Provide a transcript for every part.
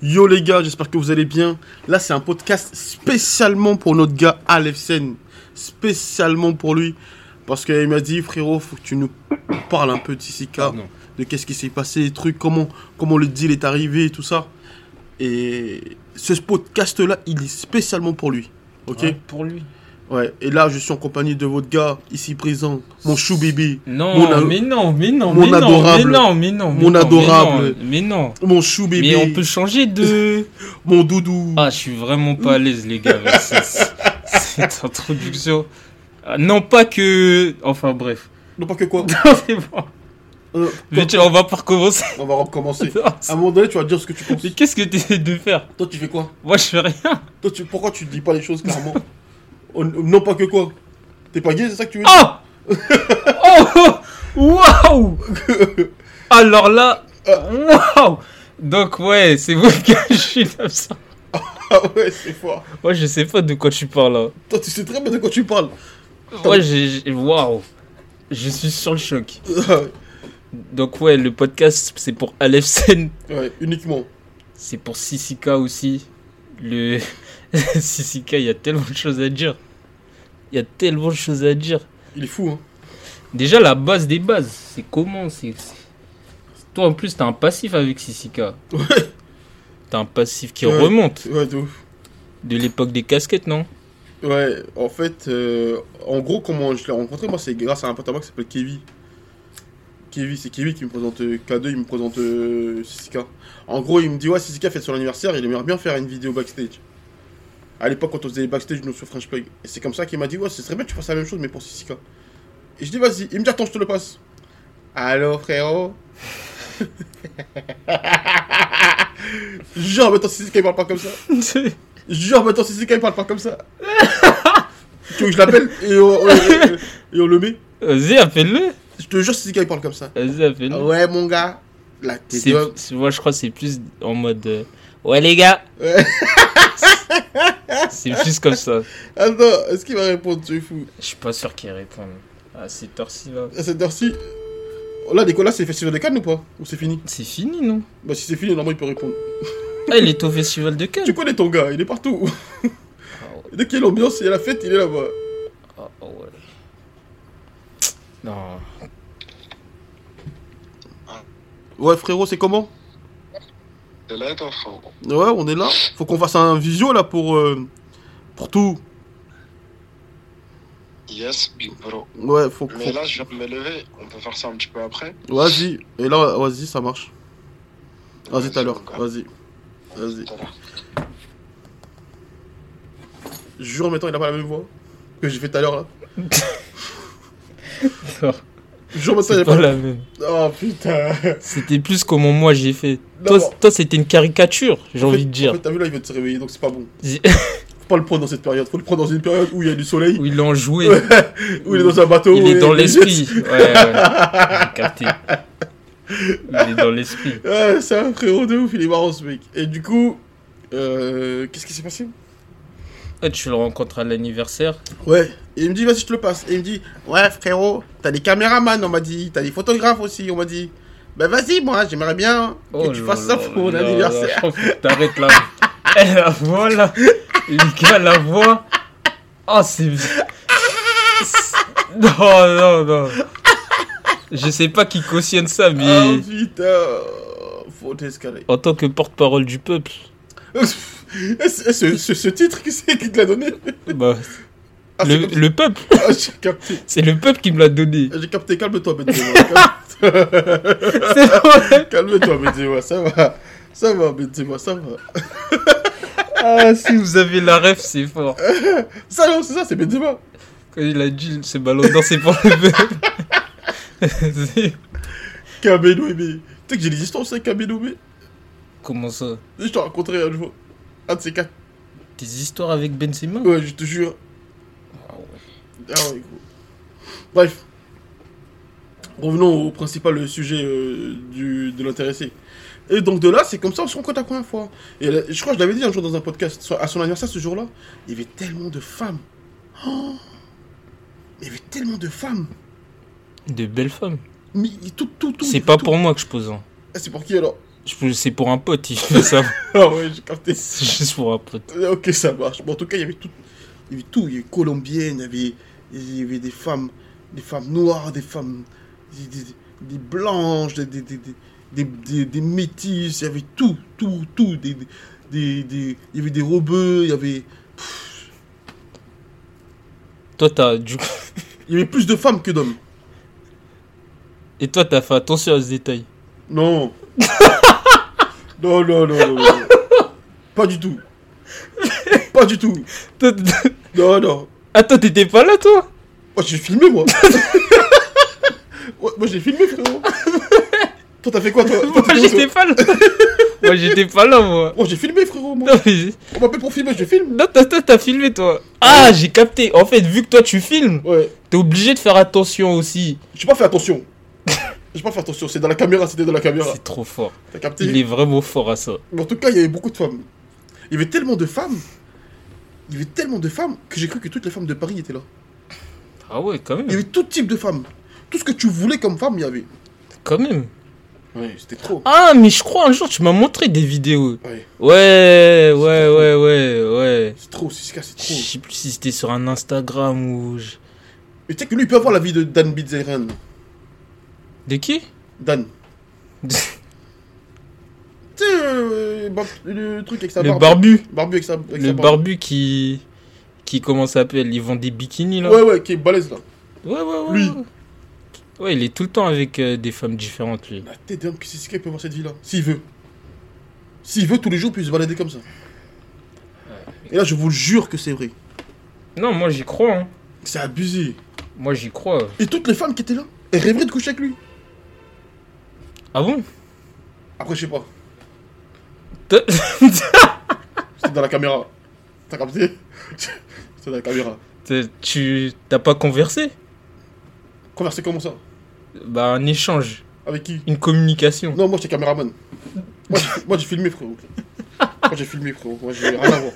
Yo les gars, j'espère que vous allez bien. Là, c'est un podcast spécialement pour notre gars Alefsen. Spécialement pour lui. Parce qu'il m'a dit, frérot, faut que tu nous parles un peu de Sissika, Pardon. de qu'est-ce qui s'est passé, les trucs, comment, comment le deal est arrivé et tout ça. Et ce podcast-là, il est spécialement pour lui. Ok Ouais, pour lui. Ouais. Et là, je suis en compagnie de votre gars, ici présent, mon chou bébé. Non, Mon a- mais non, mais non, mon mais adorable. non, mais non, mais non, mais Mon non, adorable. mais non, Mon chou mais non. bébé. Mais on peut changer de. Mon doudou. Ah, je suis vraiment pas à l'aise, les gars, avec ce- ce- cette introduction. Ah, Non, pas que. Enfin, bref. Non, pas que quoi. Non, c'est bon. Euh, Mais tu- on va pas recommencer. on va recommencer. Non, À un moment donné, tu vas dire ce que tu penses. Mais qu'est-ce que t'essaies de faire Toi, tu fais quoi Moi, je fais rien. Toi, tu, pourquoi tu dis pas les choses clairement Oh, n- Non, pas que quoi T'es pas gay, c'est ça que tu veux dire Oh Oh Waouh Alors là. Ah. Waouh Donc, ouais, c'est vous que je suis absent. Ah ouais, c'est fort. Moi, je sais pas de quoi tu parles là. Toi, tu sais très bien de quoi tu parles. Ouais, j'ai. j'ai- Waouh! Je suis sur le choc. ouais, Donc, ouais, le podcast, c'est pour Alefsen, uniquement. c'est pour Sissika aussi. Le. Sissika, il y a tellement de choses à dire. Il y a tellement de choses à dire. Il est fou, hein. Déjà, la base des bases, c'est comment? C'est. c'est- Toi, en plus, t'as un passif avec Sissika. Ouais, T'as un passif qui Ouais. remonte ouais, de ouf. de l'époque des casquettes, non? Ouais, en fait, euh, en gros, comment je l'ai rencontré, moi, c'est grâce à un pote à moi qui s'appelle Kevin. Kevin, c'est Kevin qui me présente euh, K2, il me présente euh, Sissika. En gros, il me dit, ouais, Sissika fait son anniversaire, il aimerait bien faire une vidéo backstage. À l'époque, quand on faisait les backstage, nous sur French Plug. Et c'est comme ça qu'il m'a dit, ouais, ce serait bien que tu fasses la même chose, mais pour Sissika. Et je dis, vas-y. Il me dit, attends, je te le passe. Allô, frérot Genre, maintenant, Sissika, il parle pas comme ça. Genre, maintenant, Sissika, il parle pas comme ça. tu veux que je l'appelle et on, et- et on le met Vas-y, appelle-le! Je te jure, Sissika, il parle comme ça. Vas-y, appelle-le! Ah Ouais, mon gars. La tête C'est- de... c'est- moi je crois que c'est plus en mode euh, ouais les gars Ouais. c'est plus comme ça Attends, est-ce qu'il va répondre Tu es fou. je suis pas sûr qu'il réponde ah c'est torsi là À cette heure-ci. Oh Là, Nicolas, c'est le festival de Cannes ou pas Ou c'est fini c'est fini non Bah, si c'est fini, normalement, il peut répondre. ah il est au festival de Tu Cannes connais ton gars, il est partout. ah, ouais. Dès qu'il y a l'ambiance, il y a la fête, il est là-bas. Ah, ah, ouais. non Ouais, frérot, c'est comment C'est là, ton frérot. Ouais, on est là. Faut qu'on fasse un visio là pour. euh, pour tout. Yes, big bro. Ouais, faut. faut- Mais là, je viens de me lever. On peut faire ça un petit peu après. Vas-y. Et là, vas-y, ça marche. Vas-y, tout à l'heure. mon gars. Vas-y. Vas-y. Tout à l'heure. Jure, maintenant, il a pas la même voix que j'ai fait tout à l'heure là. Non, Jure, maintenant, il c'est a pas pas la. la même Oh putain. c'était plus comment moi j'ai fait Non, toi, non. toi c'était une caricature j'ai envie de En dire fait, t'as vu là, il veut se réveiller donc c'est pas bon. Zi- Faut pas le prendre dans cette période. Faut le prendre dans une période où il y a du soleil, où il l'a joué Ouais, où il est dans un bateau. il où est dans il y a des l'esprit ouais, ouais. J'ai capté. il est dans l'esprit jets. Ah, c'est un frérot de ouf, il est marrant ce mec. Et du coup, euh, qu'est-ce qui s'est passé Ouais, tu le rencontres à l'anniversaire. Ouais. Et il me dit, vas-y, je te le passe. Et il me dit, ouais, frérot, t'as des caméramans, on m'a dit. T'as des photographes aussi, on m'a dit. Bah vas-y, moi, j'aimerais bien que Oh tu là fasses ça là pour mon là là, je anniversaire. pense que T'arrêtes là. Eh, la voix là. Les gars, la voix. Oh, c'est. c'est- Non, non, non. Je sais pas qui cautionne ça, Ah mais. putain, faut t'escaler. En tant que porte-parole du peuple, Et ce, ce- ce- ce titre, qui c'est qui te l'a donné bah, Ah, c'est le, comme ça. le peuple, Ah, J'ai capté. c'est le peuple qui me l'a donné. J'ai capté, calme-toi, Benzema. C'est vrai. Calme-toi, Benzema, ça va. Ça va, Benzema, ça va. Ah, si vous avez la ref, c'est fort. Ça, non, c'est ça, c'est Benzema. Quand il a dit ce ballon d'or, c'est pour le peuple. C'est- Kameno Aimé. sais que j'ai des histoires aussi avec Kabenoubé. Comment ça Je te raconterai un jour. Un de ces quatre. Des histoires avec Benzema Ouais, je te jure. Ah ouais. Ah ouais, gros. Bref. Revenons au principal sujet euh, du, de l'intéressé. Et donc de là, c'est comme ça, on se rencontre la première fois. Et là, je crois que je l'avais dit un jour dans un podcast, soit à son anniversaire ce jour-là, il y avait tellement de femmes. Oh il y avait tellement de femmes. De belles femmes. Mais tout, tout, tout. C'est pas tout. pour moi que je pose. hein. Ah, C'est pour qui alors Je peux- C'est pour un pote, il fait ça. Ah ouais, j'ai capté. C'est juste pour un pote. Euh, Ok, ça marche. Bon, en tout cas, il y avait tout. Il y avait tout. Il y avait colombienne, il y avait, il y avait des femmes, des femmes noires, des femmes, des, des- des blanches, des, des, des, des, des- des- des métis. Il y avait tout, tout, tout. Des, des, des- des- il y avait des robeux, il y avait, Toi, t'as du coup- il y avait plus de femmes que d'hommes. Et toi, t'as fait attention à ce détail. Non. non, non, non, non, non. Pas du tout. Pas du tout. Toi, t- Non, non. Attends, t'étais pas là, toi Moi j'ai filmé moi Ouais, Moi j'ai filmé frérot Toi t'as fait quoi toi Toi, Moi, t'étais où, j'étais toi pas là. Moi, j'étais pas là, moi. Moi j'ai filmé frérot moi Non, mais... On m'appelle pour filmer, je filme Non, t'as- t'as t'as filmé, toi. Ah, j'ai capté. En fait, vu que toi, tu filmes, Ouais, t'es obligé de faire attention aussi. j'ai pas fait attention J'ai pas fait attention, c'est dans la caméra, c'était dans la caméra C'est trop fort. T'as capté Il est vraiment fort à ça. Mais en tout cas il y avait beaucoup de femmes Il y avait tellement de femmes Il y avait tellement de femmes que j'ai cru que toutes les femmes de Paris étaient là Ah ouais, quand Il y même. avait tout type de femmes Tout ce que tu voulais comme femme il y avait Quand même. Ouais, c'était trop Ah, mais je crois un jour, tu m'as montré des vidéos. Ouais, Ouais, ouais, ouais, ouais, ouais. c'est trop, c'est c'est Je trop sais plus si c'était sur un Instagram ou... je- Mais tu sais que lui il peut avoir la vie de Dan Bidzerian De qui Dan De- Tu sais, euh, bar- le truc avec sa Le barbe. barbu. Barbu avec sa, avec Le sa barbe. barbu qui... Qui, comment ça s'appelle Ils vendent des bikinis, là. Ouais, ouais, qui est balèze là. ouais, ouais. ouais, Lui. ouais. Ouais, il est tout le temps avec euh, des femmes différentes, lui. La tête d'un petit peut avoir cette vie là. S'il veut. S'il veut, tous les jours, il peut se balader comme ça. Et là, je vous jure que c'est vrai. Non, moi, j'y crois, hein. C'est abusé. Moi, j'y crois. Et toutes les femmes qui étaient là, elles rêveraient de coucher avec lui. Ah bon Après, je sais pas. Toi- C'était dans la caméra. T'as capté C'était dans la caméra. T'es- Tu t'as pas conversé Converser comment ça Bah un échange, Avec qui une communication. Non, moi, j'étais caméraman. Moi, j'ai- Moi, j'ai filmé, frérot. Moi, j'ai filmé, frérot. Moi, j'ai rien à voir.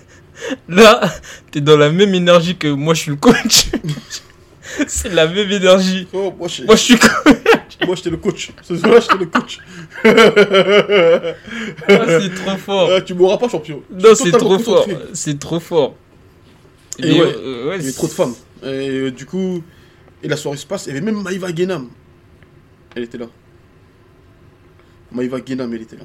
Là, t'es dans la même énergie que moi je suis le coach. C'est la même énergie. Frérot, moi, j'ai- Moi je suis coach. Moi j'étais le coach. Ce soir-là j'étais le coach. Ah, C'est trop fort. Euh, tu m'auras pas champion. Non, Je suis c'est totalement trop fort. concentré. C'est trop fort. Et Mais, ouais, euh, ouais, Il y c'est- avait trop de femmes. Et euh, du coup, et la soirée se passe. Il y avait même Maïva Guénam. Elle était là. Maïva Guénam, elle était là.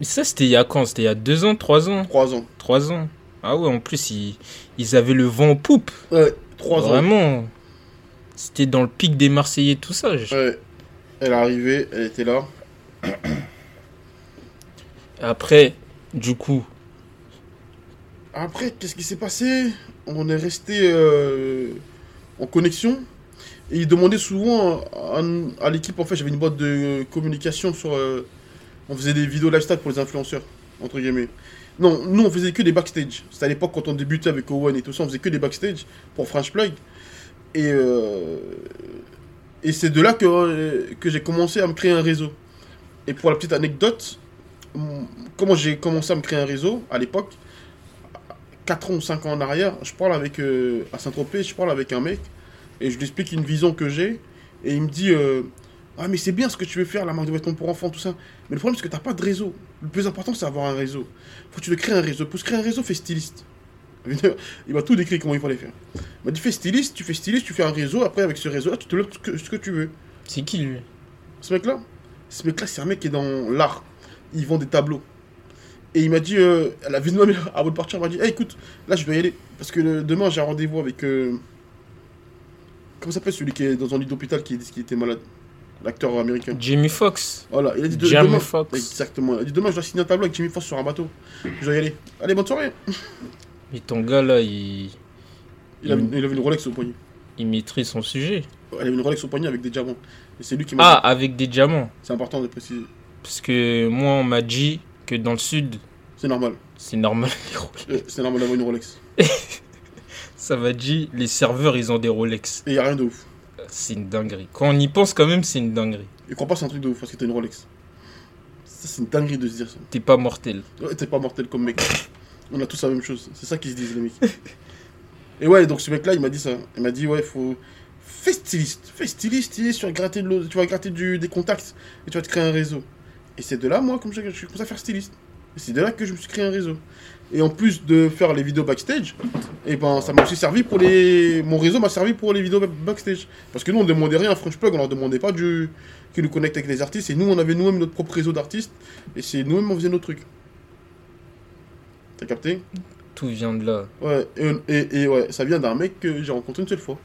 Mais ça c'était il y a quand C'était il y a deux ans, trois ans, 3 ans. trois ans. Ah ouais, en plus ils, ils avaient le vent en poupe. Ouais, 3 ans. Vraiment. C'était dans le pic des Marseillais tout ça. je- Ouais. Elle est arrivée, elle était là. Après, du coup, Après, qu'est-ce qui s'est passé On est resté euh, en connexion. Et il demandait souvent à, à- à l'équipe, en fait, j'avais une boîte de communication sur... euh, on faisait des vidéos lifestyle pour les influenceurs, entre guillemets. Non, nous, on faisait que des backstage. C'était à l'époque, quand on débutait avec Owen et tout ça, on faisait que des backstage pour French Plug. Et, euh, et c'est de là que, euh, que j'ai commencé à me créer un réseau. Et pour la petite anecdote, m- comment j'ai commencé à me créer un réseau à l'époque 4 ans ou 5 ans en arrière, je parle avec, euh, à Saint-Tropez, je parle avec un mec, et je lui explique une vision que j'ai, et il me dit, euh, ah mais c'est bien ce que tu veux faire, la marque de vêtements pour enfants, tout ça, mais le problème c'est que t'as pas de réseau. Le plus important c'est avoir un réseau. Faut que tu te crées un réseau. Pour se créer un réseau, fais styliste. Il m'a tout décrit comment il fallait faire. Il m'a dit, fais styliste, tu fais styliste, tu fais un réseau, après avec ce réseau-là, tu te lèves ce que- ce que tu veux. c'est qui lui Ce mec-là Ce mec-là, c'est un mec qui est dans l'art. Il vend des tableaux. Et il m'a dit, euh, à la vie de ma mère, avant de partir, il m'a dit, hey, écoute, là, je dois y aller. Parce que euh, demain, j'ai un rendez-vous avec. euh, Comment s'appelle celui qui est dans un lit d'hôpital qui, qui était malade L'acteur américain. Jamie Foxx. Voilà, il a dit de- Jamie demain. Foxx. Exactement. Il a dit demain, je dois signer un tableau avec Jimmy Fox sur un bateau. Je dois y aller. Allez, bonne soirée. Mais ton gars là, il, Il avait, Mm. il avait une Rolex au poignet. il maîtrise son sujet. elle avait une Rolex au poignet avec des diamants. Et c'est lui qui m'a Ah, avec des diamants. dit. C'est important de préciser. Parce que moi, on m'a dit que dans le sud, C'est normal. c'est normal les Rolex. Euh, C'est normal d'avoir une Rolex. Ça m'a dit, les serveurs, ils ont des Rolex. Et y a rien de ouf. C'est une dinguerie. Quand on y pense, quand même, c'est une dinguerie. Et crois pas que c'est un truc de ouf parce que t'as une Rolex. Ça, c'est une dinguerie de se dire ça. T'es pas mortel. Ouais, T'es pas mortel comme mec. On a tous la même chose. C'est ça qu'ils se disent, les mecs. Et ouais, donc ce mec-là, il m'a dit ça. Il m'a dit, ouais, faut. Fais styliste. Fais styliste, il est sur gratter de l'eau. Tu vas gratter du... des contacts et tu vas te créer un réseau. Et c'est de là, moi, comme ça, que je suis commencé à faire styliste. Et c'est de là que je me suis créé un réseau. Et en plus de faire les vidéos backstage, et ben ça m'a aussi servi pour les. Mon réseau m'a servi pour les vidéos ba- backstage. Parce que nous, on demandait rien à French Plug, on leur demandait pas du. qu'ils nous connectent avec les artistes. Et nous, on avait nous-mêmes notre propre réseau d'artistes. Et c'est nous-mêmes, on faisait nos trucs. T'as capté Tout vient de là. Ouais, et, et- et ouais, ça vient d'un mec que j'ai rencontré une seule fois.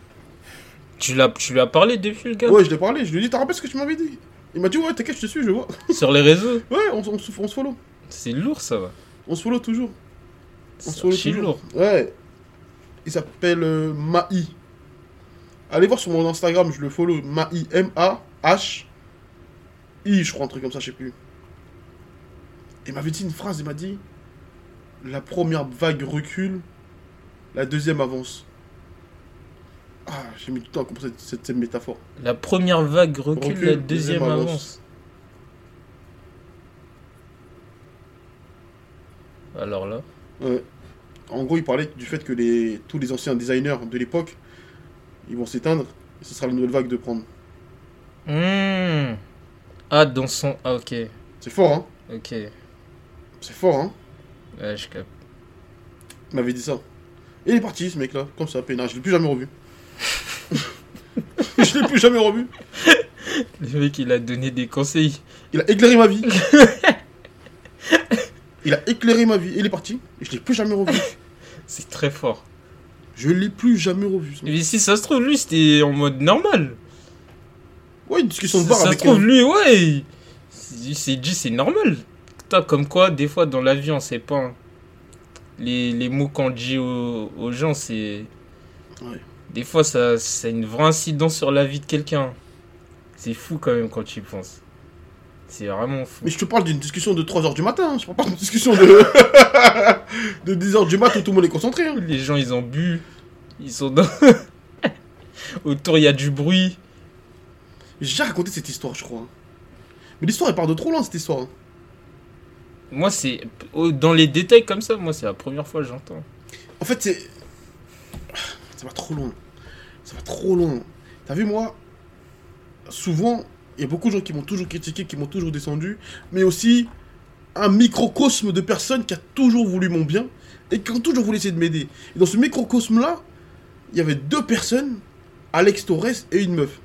Tu, l'as, tu lui as parlé depuis le gars Ouais, je lui ai parlé, je lui ai dit, t'as rappelé ce que tu m'avais dit Il m'a dit, ouais, t'inquiète, je te suis, je vois. Sur les réseaux Ouais, on, s- on, se- on se follow. C'est lourd, ça va. On se follow toujours. On se C'est follow archi toujours. lourd. Ouais. Il s'appelle euh, Mahi. Allez voir sur mon Instagram, je le follow. Mahi, M-A-H-I, je crois, un truc comme ça, je sais plus. Il m'avait dit une phrase, il m'a dit La première vague recule, la deuxième avance. Ah, j'ai mis du temps à comprendre cette, cette- cette métaphore. La première vague recule, Recule, la deuxième, avance. Alors là, Ouais. En gros, il parlait du fait que les, tous les anciens designers de l'époque, ils vont s'éteindre, et ce sera la nouvelle vague de prendre. Mmh. Ah, dans son. Ah, ok. C'est fort, hein Ok. C'est fort, hein Ouais, je capte. Il m'avait dit ça. Et il est parti, ce mec-là, comme ça, peinard. Je l'ai plus jamais revu. je l'ai plus jamais revu. Le mec, il a donné des conseils. Il a éclairé ma vie. Il a éclairé ma vie. Et il est parti. Et je l'ai plus jamais revu. C'est très fort. Je l'ai plus jamais revu. ce mec. Mais si ça se trouve, lui, c'était en mode normal. Ouais, une discussion Si de bar ça se avec trouve, un... lui, ouais. Il il s'est dit, c'est normal. Putain, comme quoi, des fois, dans la vie, on sait pas. hein. Les, les mots qu'on dit aux, aux gens, c'est. Ouais. Des fois, ça, ça a une vraie incidence sur la vie de quelqu'un. C'est fou quand même quand tu y penses. C'est vraiment fou. Mais je te parle d'une discussion de 3h du matin. hein. Je te parle pas d'une discussion de... de 10h du matin où tout le monde est concentré. hein. Les gens, ils ont bu. Ils sont dans. Autour, il y a du bruit. J'ai déjà raconté cette histoire, je crois. Mais l'histoire, elle part de trop loin, cette histoire. hein. Moi, c'est. au- Dans les détails comme ça, moi, c'est la première fois que j'entends. En fait, c'est. Ça va trop loin. Ça va trop loin. T'as vu, moi, souvent, il y a beaucoup de gens qui m'ont toujours critiqué, qui m'ont toujours descendu, mais aussi un microcosme de personnes qui a toujours voulu mon bien et qui ont toujours voulu essayer de m'aider. Et dans ce microcosme-là, il y avait deux personnes, Alex Torres et une meuf.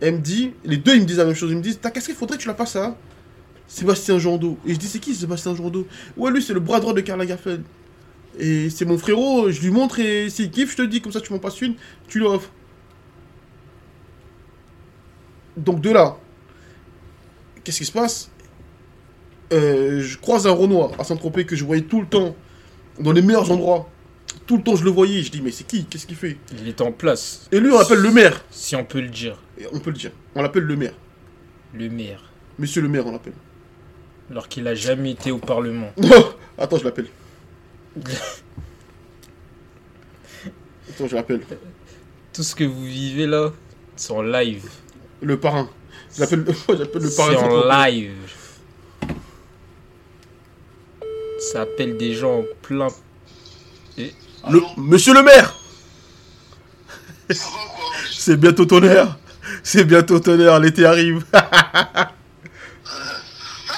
Elle me dit, les deux ils me disent la même chose, ils me disent, ta casquette, faudrait que tu la passes à Sébastien Jandot. Et je dis, c'est qui Sébastien Jandot Ouais, lui, c'est le bras droit de Karl Lagerfeld. Et c'est mon frérot, je lui montre et s'il kiffe, je te dis, comme ça tu m'en passes une, tu l'offres. Donc de là, qu'est-ce qui se passe Euh, Je croise un Renoir à Saint-Tropez que je voyais tout le temps, dans les meilleurs endroits. Tout le temps je le voyais, je dis, mais c'est qui Qu'est-ce qu'il fait Il est en place. Et lui, on l'appelle le maire. Si on peut le dire. Et on peut le dire, on l'appelle le maire. Le maire. Monsieur le maire, on l'appelle. Alors qu'il a jamais été au Parlement. Attends, je l'appelle. Attends, je l'appelle. Tout ce que vous vivez là, c'est en live. Le parrain. Je l'appelle j'appelle le parrain. C'est en Saint-Tropez. live. Ça appelle des gens en plein. Et... Le- Monsieur le maire Ça va ou quoi C'est bientôt tonnerre C'est bientôt tonnerre, l'été arrive Ah,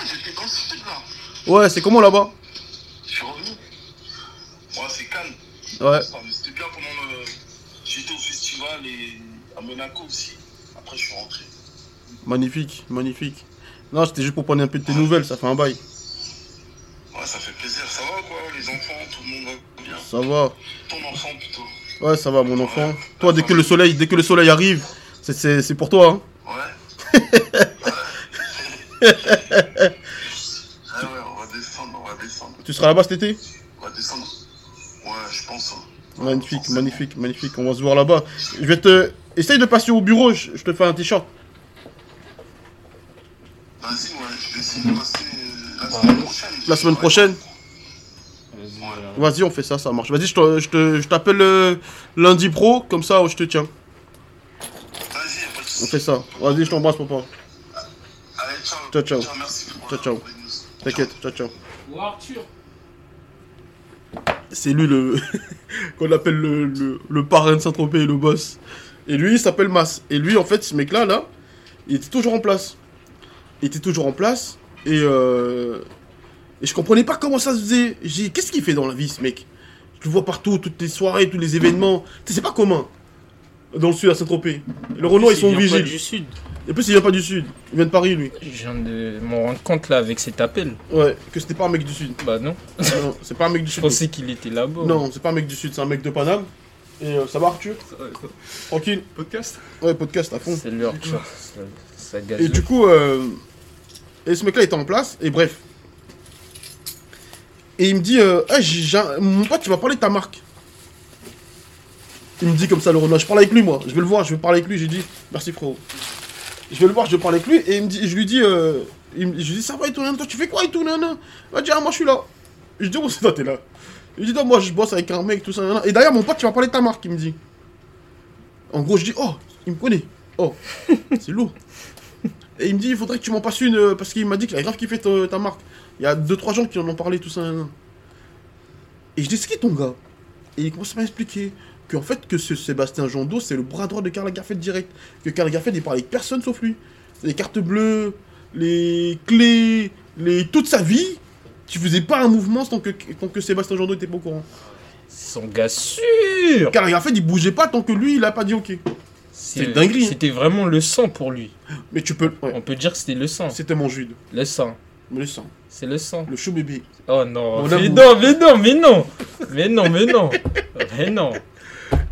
j'étais dans le sud là. Ouais, c'est comment là-bas Je suis revenu. Moi, c'est calme. Ouais. Ça, mais C'était bien pendant le. J'étais au festival et à Monaco aussi. Après, je suis rentré. Magnifique, magnifique. Non, c'était juste pour prendre un peu de tes nouvelles, ça fait un bail. Ouais, ça fait plaisir. Ça va quoi Les enfants, tout le monde va bien. Ça va. Ton enfant plutôt. Ouais, ça va, mon enfant. Toi, dès que le soleil, dès que le soleil arrive, c'est- c'est c'est pour toi, hein. Ouais. ah ouais, on va descendre, on va descendre, Tu seras là-bas cet été on va descendre. Ouais, je pense. hein. Magnifique, magnifique, magnifique. On va se voir là-bas. Je vais te. Essaye de passer au bureau, je, je te fais un t-shirt. Vas-y, ouais, je vais essayer de passer euh, la semaine prochaine. Hmm. Bah, La semaine prochaine. Vas-y, Vas-y, on fait ça, ça marche. Vas-y, je te- je te- je t'appelle euh, lundi pro, comme ça, je te tiens. Vas-y, pas de On soucis. fait ça. Vas-y, je t'embrasse, papa. Allez, ciao. Ciao, ciao. merci pour Ciao, la ciao. bonne news. T'inquiète, ciao, ciao. Ou Arthur. C'est lui le. qu'on appelle le, le, le parrain de Saint-Tropez, le boss. Et lui, il s'appelle Mas. Et lui, en fait, ce mec-là, là, il était toujours en place. Il était toujours en place. Et, euh, et je comprenais pas comment ça se faisait. J'ai dit, qu'est-ce qu'il fait dans la vie, ce mec Tu le vois partout, toutes les soirées, tous les événements. Tu sais, c'est pas commun. Dans le sud, à Saint-Tropez. Le Renault, Oh ils sont vigile vigiles. du sud. Et puis, il vient pas du sud. Il vient de Paris, lui. Je viens de m'en rendre compte là avec cet appel. Ouais, que c'était pas un mec du sud. Bah non. Non, c'est pas un mec du Je sud. pensais qu'il était là-bas. Non, c'est pas un mec du sud, c'est un mec de Paname. Et euh, ça va, Arthur Tranquille. Podcast Ouais, podcast à fond. C'est l'heure, tu vois. Ça, ça gazouille. Et du coup, euh, et ce mec-là était en place, et bref. Et il me dit, euh, Ah, j'ai- j'ai un- mon pote, tu vas parler de ta marque. Il me dit comme ça, le Renault. Je parle avec lui, moi. Je vais le voir, je vais parler avec lui. J'ai dit, merci frérot. Je vais le voir, je vais parler avec lui. Et il me dit, je lui dis, euh, il me- je lui dis, ça va et tout, nanana, toi, tu fais quoi et tout, nanana Il m'a dit, ah, moi, je suis là. Je dis, oh, c'est toi, t'es là. Il dit, non, moi, je bosse avec un mec, tout ça, nanana. Et d'ailleurs, mon pote, tu vas parler de ta marque, il me dit. En gros, je dis, oh, il me connaît. Oh, c'est lourd. Et il me dit, il faudrait que tu m'en passes une, euh, parce qu'il m'a dit qu'il a grave kiffé ta, ta marque. Il y a 2-3 gens qui en ont parlé, tout ça. nan, nan. Et je dis, c'est qui ton gars Et il commence à m'expliquer qu'en fait, que ce Sébastien Jondot, c'est le bras droit de Karl Lagerfeld direct. Que Karl Lagerfeld, il parle avec personne sauf lui. Les cartes bleues, les clés, les... toute sa vie, tu faisais pas un mouvement tant que, tant que Sébastien Jondot était pas au courant. Son gars sûr. Karl Lagerfeld, il bougeait pas tant que lui, il a pas dit ok. C'est dinguerie, hein. C'était vraiment le sang pour lui. Mais tu peux... Ouais, On peut dire que c'était le sang. c'était mon jude. Le sang. Le sang, C'est le sang. le chou bébé. Oh non. Mon mais amour. non, mais non, mais non. Mais non, mais non. Mais non.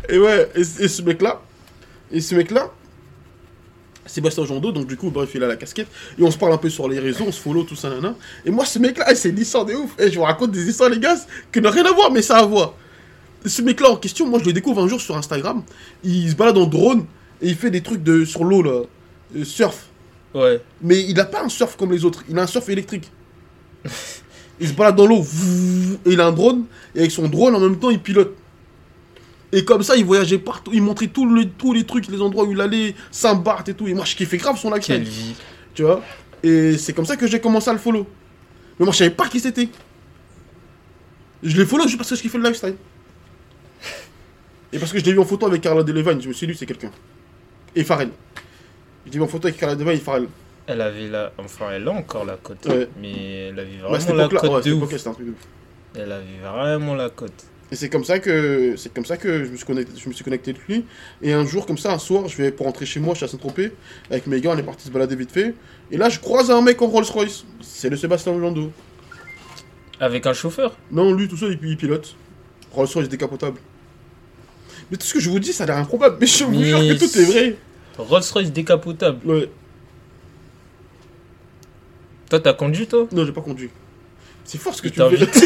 Et ouais, et, et ce mec-là, et ce mec-là, Sébastien Jondot, donc du coup, bref, il a la casquette, et on se parle un peu sur les réseaux, on se follow, tout ça, nanana. Et moi, ce mec-là, eh, c'est une histoire de ouf. Et je vous raconte des histoires, les gars, qui n'ont rien à voir, mais ça a à voir. Ce mec-là en question, moi, je le découvre un jour sur Instagram. Il se balade en drone, et il fait des trucs de, sur l'eau, là, euh, surf. Ouais. Mais il a pas un surf comme les autres, il a un surf électrique. Il se balade dans l'eau, et il a un drone, et avec son drone en même temps il pilote. Et comme ça il voyageait partout, il montrait tous les, tous les trucs, les endroits où il allait, Saint-Barth et tout. Et moi je kiffais grave son accent, Quelle vie. tu vois. Et c'est comme ça que j'ai commencé à le follow. Mais moi je savais pas qui c'était. Je l'ai follow juste parce que je kiffais le lifestyle. Et parce que je l'ai vu en photo avec Carla Delevingne, je me suis dit lui c'est quelqu'un. Et Farel. Je l'ai vu en photo avec Carla Delevingne et Farel. Elle avait la. Enfin, elle a encore la cote. Ouais. Mais elle avait Ouais, vraiment Bah, cette la époque-là, cote ouais, de cette ouf. époque-là, c'était un truc de ouf. Elle avait vraiment la cote. Et c'est comme ça que c'est comme ça que je me suis connecté, je me suis connecté avec lui. Et un jour comme ça, un soir, je vais pour rentrer chez moi, je suis à Saint-Tropez avec mes gars, on est parti se balader vite fait. Et là, je croise un mec en Rolls-Royce. C'est le Sébastien Hollando. Avec un chauffeur Non, lui tout seul, il, il pilote. Rolls-Royce décapotable. Mais tout ce que je vous dis, ça a l'air improbable, mais je vous Mais jure que tout est vrai. Rolls-Royce décapotable. Ouais. Toi, t'as conduit, toi Non, j'ai pas conduit. C'est fort ce que Il tu me t'invite. fais.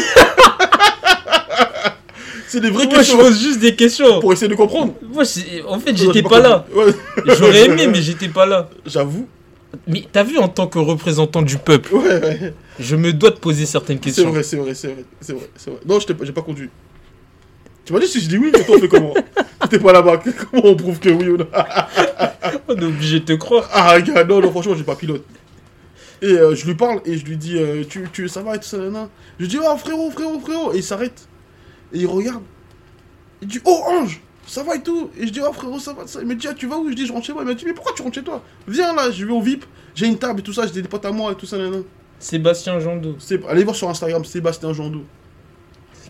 c'est des vraies Moi, je questions pose juste des questions. pour essayer de comprendre. Moi, c'est- en fait, Non, j'étais j'ai pas là. compris. Ouais, J'aurais aimé, mais j'étais pas là. j'avoue. Mais t'as vu, en tant que représentant du peuple, Ouais, ouais. je me dois de poser certaines C'est questions. vrai, c'est vrai, c'est vrai, c'est vrai, c'est vrai. Non, je t'ai pas- j'ai pas conduit. Tu m'as dit si je dis oui, mais toi on fait comment T'es pas là-bas, comment on prouve que oui ou non On est obligé de te croire. Ah, gars, non, non, franchement, j'ai pas pilote. Et euh, je lui parle et je lui dis, euh, tu, tu, ça va et tout ça, nanana. Je lui dis, oh frérot, frérot, frérot. Et il s'arrête. Et il regarde. Il dit, oh ange, ça va et tout. Et je dis, oh frérot, ça va. Ça... Il me dit, ah, tu vas où Je dis, je rentre chez moi. Il m'a dit, mais pourquoi tu rentres chez toi Viens là, je vais au VIP. J'ai une table et tout ça, j'ai des potes à moi et tout ça, nanana. Sébastien Jandot. C'est- Allez voir sur Instagram, Sébastien Jandou.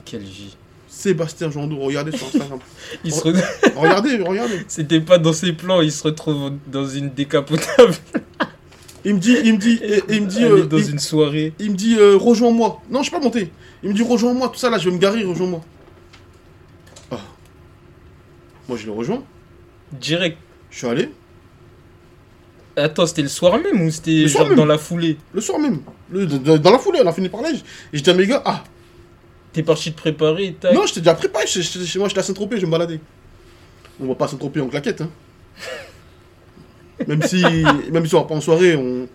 Quelle vie. Sébastien Jandou, regardez sur Instagram. Il se re- Regardez, regardez. C'était pas dans ses plans, il se retrouve dans une décapotable. Il me dit, il me dit, et- et il me dit, Elle est euh, dans il, une soirée. il me dit, euh, rejoins-moi. Non, je suis pas monté. Il me dit, rejoins-moi, tout ça là, je vais me garer, rejoins-moi. Ah. Moi, je le rejoins. Direct. Je suis allé Attends, c'était le soir même ou c'était Le soir genre même. dans la foulée le soir même. Le- dans dans la foulée, on a fini par là. Et je dis à mes gars, ah, T'es parti te préparer, tac. Non, je t'ai déjà préparé, je- je- je- moi je suis à Saint-Tropez, je vais me balader. On va pas à Saint-Tropez en claquette, hein. Même si, même si on va pas en soirée, on...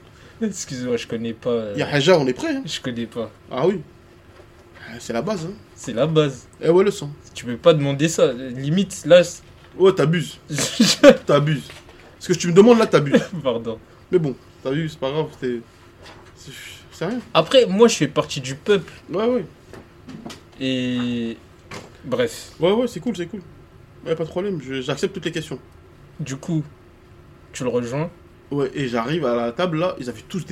Excuse-moi, je connais pas. euh, y a Haja, on est prêt. hein. Je connais pas. Ah oui. Ah, C'est la base, hein. C'est la base. Eh ouais, le sang. Tu peux pas demander ça. Limite, là. c'est- Oh, t'abuses, je- t'abuses. Ce que tu me demandes là, t'abuses. Pardon. Mais Mais bon, t'as vu, c'est pas grave, t'es. c'est- C'est rien. Après, moi, je fais partie du peuple. Ouais, ouais. Et. Bref. Ouais, ouais, c'est cool, c'est cool. Ouais, pas de problème, je- j'accepte toutes les questions. Du coup, tu le rejoins. Ouais, et j'arrive à la table là, ils avaient tous des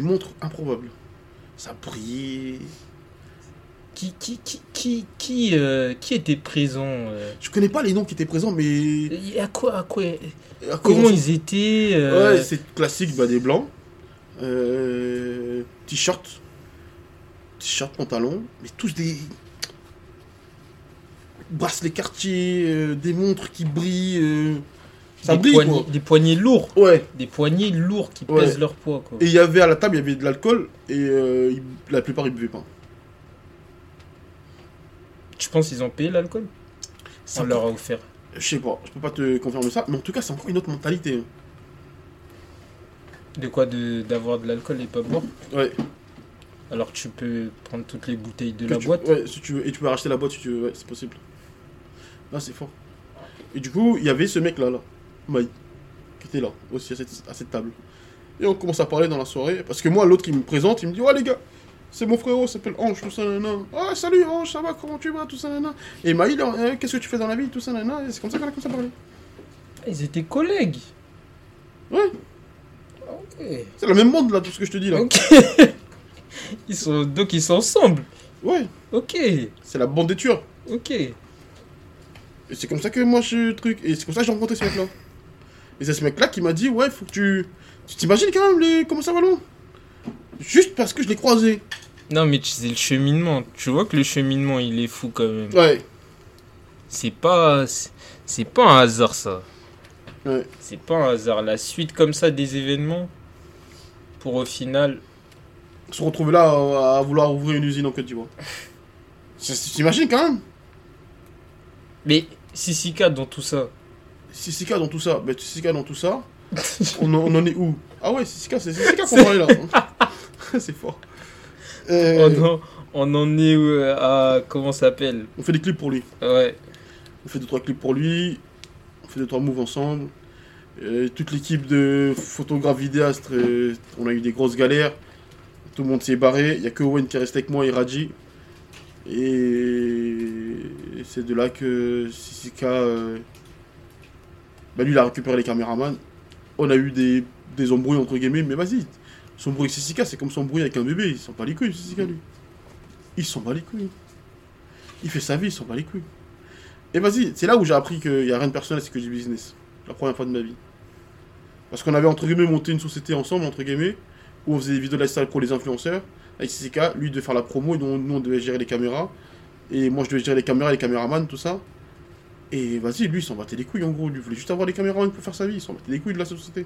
montres improbables. Ça brillait. Qui, qui, qui, qui, qui, euh, qui était présent euh, Je connais pas les noms qui étaient présents, mais. euh, et À quoi, à quoi à quoi Comment on- ils étaient euh, Ouais, c'est classique, bah, des blancs. Euh, T-shirt. T-shirt, pantalon. Mais tous des. Bracelets quartiers, euh, des montres qui brillent. euh, Ça des, brille, poignées, des poignées lourds. quoi. Ouais. Des poignées lourds qui Ouais. pèsent leur poids, quoi. Et il y avait à la table, il y avait de l'alcool et euh, ils- la plupart ils buvaient pas. Tu penses qu'ils ont payé l'alcool C'est On encore- leur a offert. Je sais pas, je peux pas te confirmer ça, mais en tout cas, c'est encore une autre mentalité. hein. De quoi de- D'avoir de, l'alcool et pas boire Ouais. Alors tu peux prendre toutes les bouteilles de Que la tu- boîte. Ouais, si tu veux. Et tu peux racheter la boîte si tu veux, ouais, c'est possible. Là, c'est fort. Et du coup, il y avait ce mec-là, là, Maï, qui était là, aussi, à cette, à cette table. Et on commence à parler dans la soirée, parce que moi, l'autre, il me présente, il me dit Ouais, les gars, c'est mon frérot, il s'appelle Ange, tout ça, nanana. Ah, salut Ange, ça va, comment tu vas, tout ça, nanana. Et Maï, là, Euh, qu'est-ce que tu fais dans la vie, tout ça, nanana. Et c'est comme ça qu'on a commencé à parler. Ils étaient collègues. Ouais, Ok. c'est la même bande, là, tout ce que je te dis, là. Ok. ils sont donc ils sont ensemble. Ouais, Ok. c'est la bande des tueurs. Ok. Et c'est comme ça que moi je truc. Et c'est comme ça que j'ai rencontré ce mec là. Et c'est ce mec là qui m'a dit ouais faut que tu. Tu t'imagines quand même les... comment ça va loin Juste parce que je l'ai croisé. Non mais tu sais le cheminement. Tu vois que le cheminement il est fou quand même. Ouais. C'est pas c'est- c'est pas un hasard ça. Ouais. C'est pas un hasard. La suite comme ça des événements pour au final. Se retrouver là euh, à vouloir ouvrir une usine en Côte d'Ivoire. C'est- Tu t'imagines quand même Mais Sissika dans tout ça. Sissika dans tout ça. Ben Sissika dans tout ça. On en, on en est où Ah ouais Sissika c'est Sissika qu'on parlait là. c'est fort. Euh, On, en, on en est où, euh, à comment ça s'appelle on fait des clips pour lui. Ouais. On fait deux trois clips pour lui, on fait deux trois moves ensemble. Euh, toute l'équipe de photographes vidéastes, euh, on a eu des grosses galères. Tout le monde s'est barré. Il y a que Owen qui est resté avec moi et Raji. Et c'est de là que Sissika, euh, bah lui, il a récupéré les caméramans. On a eu des, des embrouilles entre guillemets, mais vas-y, son bruit avec Sissika, c'est comme son bruit avec un bébé. Il s'en bat les couilles, Sissika, lui. Il s'en bat les couilles. Il fait sa vie, il s'en bat les couilles. Et vas-y, c'est là où j'ai appris qu'il n'y a rien de personnel, c'est que du business. La première fois de ma vie. Parce qu'on avait entre guillemets monté une société ensemble, entre guillemets, où on faisait des vidéos lifestyle pour les influenceurs, avec CCK, lui de faire la promo, et nous, nous, on devait gérer les caméras, et moi je devais gérer les caméras, les caméramans, tout ça. Et vas-y, lui il s'en battait les couilles en gros, lui il voulait juste avoir les caméramans pour faire sa vie, il s'en battait les couilles de la société.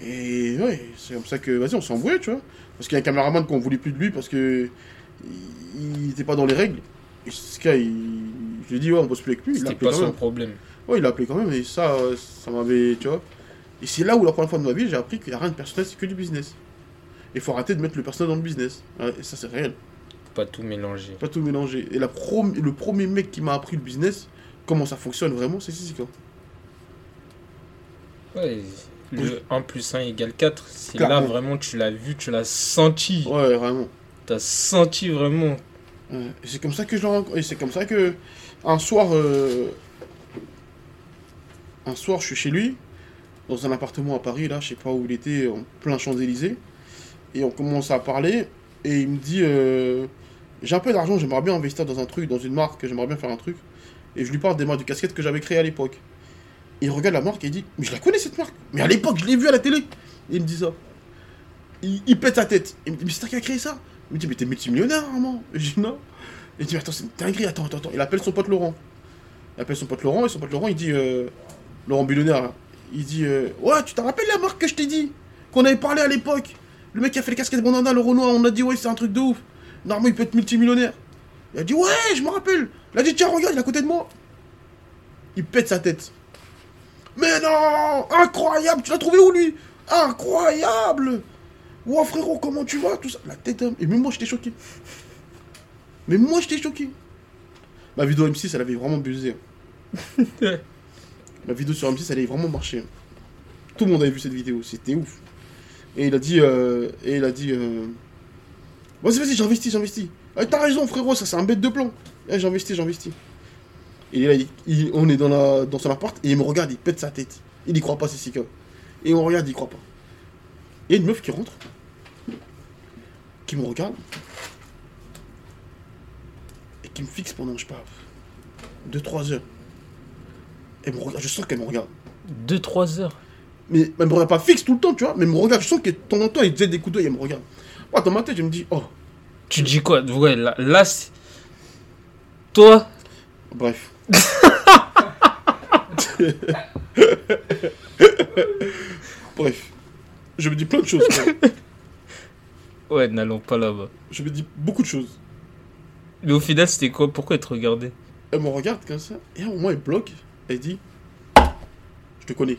Et ouais, c'est comme ça que, vas-y, on s'est embrouillé, tu vois. Parce qu'il y a un caméraman qu'on voulait plus de lui parce que il n'était pas dans les règles. Et CCK, il... je lui ai dit, ouais, on bosse plus avec lui, il l'a C'était appelé pas quand même. son problème. Ouais, il a appelé quand même, et ça, euh, ça m'avait. Tu vois. Et c'est là où, la première fois de ma vie, j'ai appris qu'il n'y a rien de personnel, c'est que du business. Il faut arrêter de mettre le personnel dans le business. Ouais, Et ça, c'est réel. Faut Pas tout mélanger. Pas tout mélanger. Et la prom- le premier mec qui m'a appris le business, comment ça fonctionne vraiment, c'est hein. Sissika. Ouais, le 1 plus 1 égale 4. C'est là Clairement. vraiment tu l'as vu, tu l'as senti. Ouais, vraiment. T'as senti vraiment. Ouais. Et c'est comme ça que je l'ai rencontré. Et c'est comme ça que. Un soir. euh, Un soir, je suis chez lui, dans un appartement à Paris, là, je sais pas où il était, en plein Champs-Élysées. Et on commence à parler. Et il me dit euh, J'ai un peu d'argent, j'aimerais bien investir dans un truc, dans une marque, j'aimerais bien faire un truc. Et je lui parle des marques de casquettes que j'avais créées à l'époque. Et il regarde la marque et il dit Mais je la connais cette marque Mais à l'époque, je l'ai vue à la télé Et il me dit ça. Il, il pète sa tête. Il me dit Mais c'est toi qui as créé ça il me dit, mais t'es multimillionnaire, maman Je dis, non. Il dit, mais attends, c'est une dinguerie, attends, attends, attends. Il appelle son pote Laurent. Il appelle son pote Laurent, et son pote Laurent, il dit, euh, Laurent Billonnaire, là. il dit, euh, ouais, tu te rappelles la marque que je t'ai dit Qu'on avait parlé à l'époque Le mec qui a fait les casquettes Bandana, le Renoir, on a dit, ouais, c'est un truc de ouf. Normalement, il peut être multimillionnaire. Il a dit, ouais, je me rappelle. Il a dit, tiens, regarde, il est à côté de moi. Il pète sa tête. Mais non Incroyable Tu l'as trouvé où, lui Incroyable Ouah frérot, comment tu vas Tout ça. La tête d'homme. Et même moi, j'étais choqué. Mais moi, j'étais choqué. Ma vidéo M6, elle avait vraiment buzzé. hein. Ma vidéo sur M6, elle avait vraiment marché. hein. Tout le monde avait vu cette vidéo. C'était ouf. Et il a dit. euh, et il a dit. euh, vas-y, vas-y, j'investis, j'investis. Eh, T'as raison, frérot, ça, c'est un bête de plan. Eh, j'investis, j'investis. Et là, il- il- on est dans, la, dans son appart et il me regarde, il pète sa tête. Il y croit pas, c'est si Et on regarde, il y croit pas. Et une meuf qui rentre, qui me regarde, et qui me fixe pendant, je sais pas, 2-3 heures. Elle me regarde, je sens qu'elle me regarde. 2-3 heures. Mais elle me regarde pas fixe tout le temps, tu vois, mais elle me regarde, je sens que de temps en temps, elle faisait des coups d'œil, elle me regarde. Moi, dans ma tête, je me dis, oh, Tu dis quoi Ouais, là, là, c'est- toi, bref. bref. Je me dis plein de choses. quoi. ouais, n'allons pas là-bas. Je me dis beaucoup de choses. Mais au final, c'était quoi Pourquoi elle te regardait Elle me regarde comme ça, et à un moment, elle bloque, elle dit Je te connais.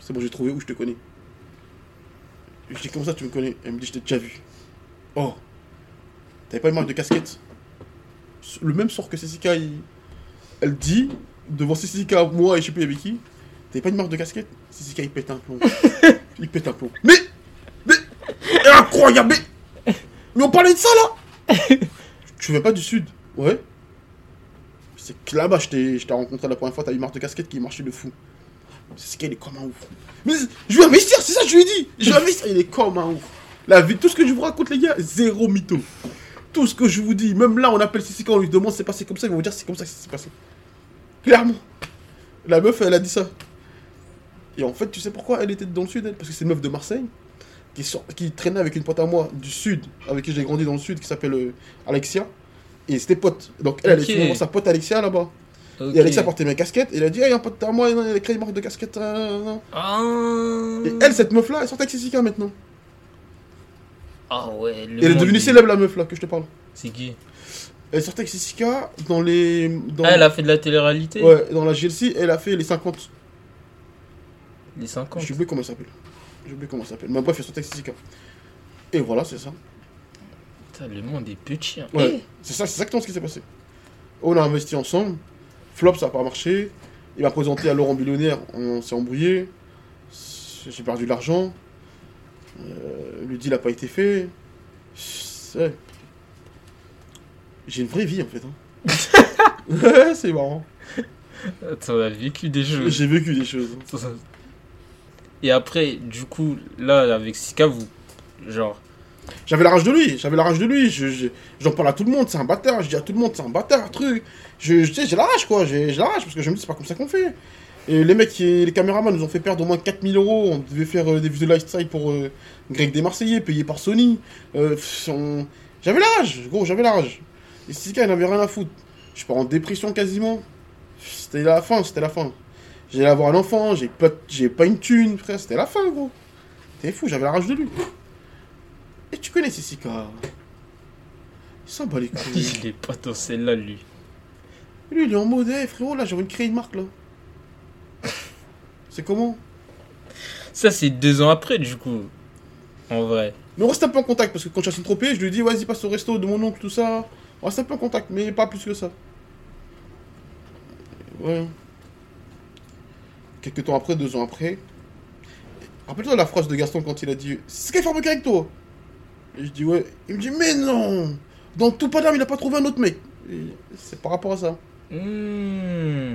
C'est bon, j'ai trouvé où je te connais. Je dis Comment ça, tu me connais Elle me dit Je t'ai déjà vu. Oh T'avais pas une marque de casquette Le même sort que Cécica, il- elle dit devant Cécica, moi et je sais plus avec qui T'avais pas une marque de casquette Cécica, il pète un plomb. il pète un plomb. Mais Mais Incroyable mais- Mais on parlait de ça là Tu viens pas du sud Ouais c'est que là-bas, je t'ai je t'ai rencontré la première fois, t'as eu marre de casquette qui marchait de fou. C'est ce qu'elle est comme un ouf. Mais je vais investir, c'est ça que je lui ai dit. Je vais investir, il est comme un ouf. La vie, tout ce que je vous raconte, les gars, zéro mytho. Tout ce que je vous dis, même là, on appelle Sissi quand on lui demande c'est passé comme ça, ils vont vous dire c'est comme ça que ça s'est passé. Clairement. La meuf, elle a dit ça. Et en fait, tu sais pourquoi elle était dans le sud, elle Parce que c'est une meuf de Marseille qui, sort- qui traînait avec une pote à moi du sud, avec qui j'ai grandi dans le sud, qui s'appelle euh, Alexia. Et c'était pote. Donc elle, Ok. elle est souvent sa pote Alexia là-bas. Et Alexia portait mes casquettes, et elle a dit, hey, un pote à moi, il a créé une marque de casquettes. euh, nan, nan. Ah... Et elle, cette meuf-là, elle sortait avec Cécica maintenant. Ah ouais, le Et elle est monde devenue célèbre, la meuf-là, que je te parle. C'est qui Elle sortait avec Cécica dans les... Dans... Ah, elle a fait de la télé-réalité Ouais, dans la GLC, elle a fait les 50. Les 50. J'ai oublié comment elle s'appelle. J'ai oublié comment elle s'appelle. Mais bref, elle sortait avec Cécica. Et voilà, c'est ça. Putain, le monde est petit. hein. Ouais. C'est ça, c'est exactement ce qui s'est passé. On a investi ensemble. Flop, ça n'a pas marché. Il m'a présenté à Laurent Billonnaire, on s'est embrouillé. J'ai perdu de l'argent. Euh, le deal n'a pas été fait. C'est- J'ai une vraie vie en fait. hein. Ouais, c'est marrant. Attends, on a vécu des choses. J'ai vécu des choses. Et après, du coup, là, avec Sika, vous. Genre. J'avais la rage de lui, j'avais la rage de lui. je- je- J'en parle à tout le monde, c'est un bâtard. Je dis à tout le monde, c'est un bâtard, truc. Je, je- tu sais, j'ai la rage quoi, j'ai j'ai la rage parce que je me dis, c'est pas comme ça qu'on fait. Et les mecs, et les caméramans nous ont fait perdre au moins 4000 euros. On devait faire euh, des vidéos lifestyle pour euh, Greg des Marseillais, payé par Sony. Euh, pff, on- J'avais la rage, gros, j'avais la rage. Et Sika, il n'avait rien à foutre. Je pars en dépression quasiment. C'était la fin, c'était la fin. J'allais avoir un enfant, j'ai pas, j'ai pas une thune, frère, c'était la fin, gros. T'es fou, j'avais la rage de lui. Et tu connais Sika. Il s'en bat les couilles. Il est pas dans celle-là, lui. Lui, il est en mode, hey, frérot, là, j'ai envie de créer une marque, là. C'est comment Ça, c'est deux ans après, du coup. En vrai. Mais on reste un peu en contact, parce que quand je suis trop je lui dis, vas-y, passe au resto de mon oncle, tout ça. On reste un peu en contact, mais pas plus que ça. Ouais. Quelques temps après, deux ans après. Rappelle-toi la phrase de Gaston quand il a dit, c'est ce qu'il avec toi Et je dis, ouais. Il me dit, mais non Dans tout Paname, il a pas trouvé un autre mec. Et C'est par rapport à ça. Hmm.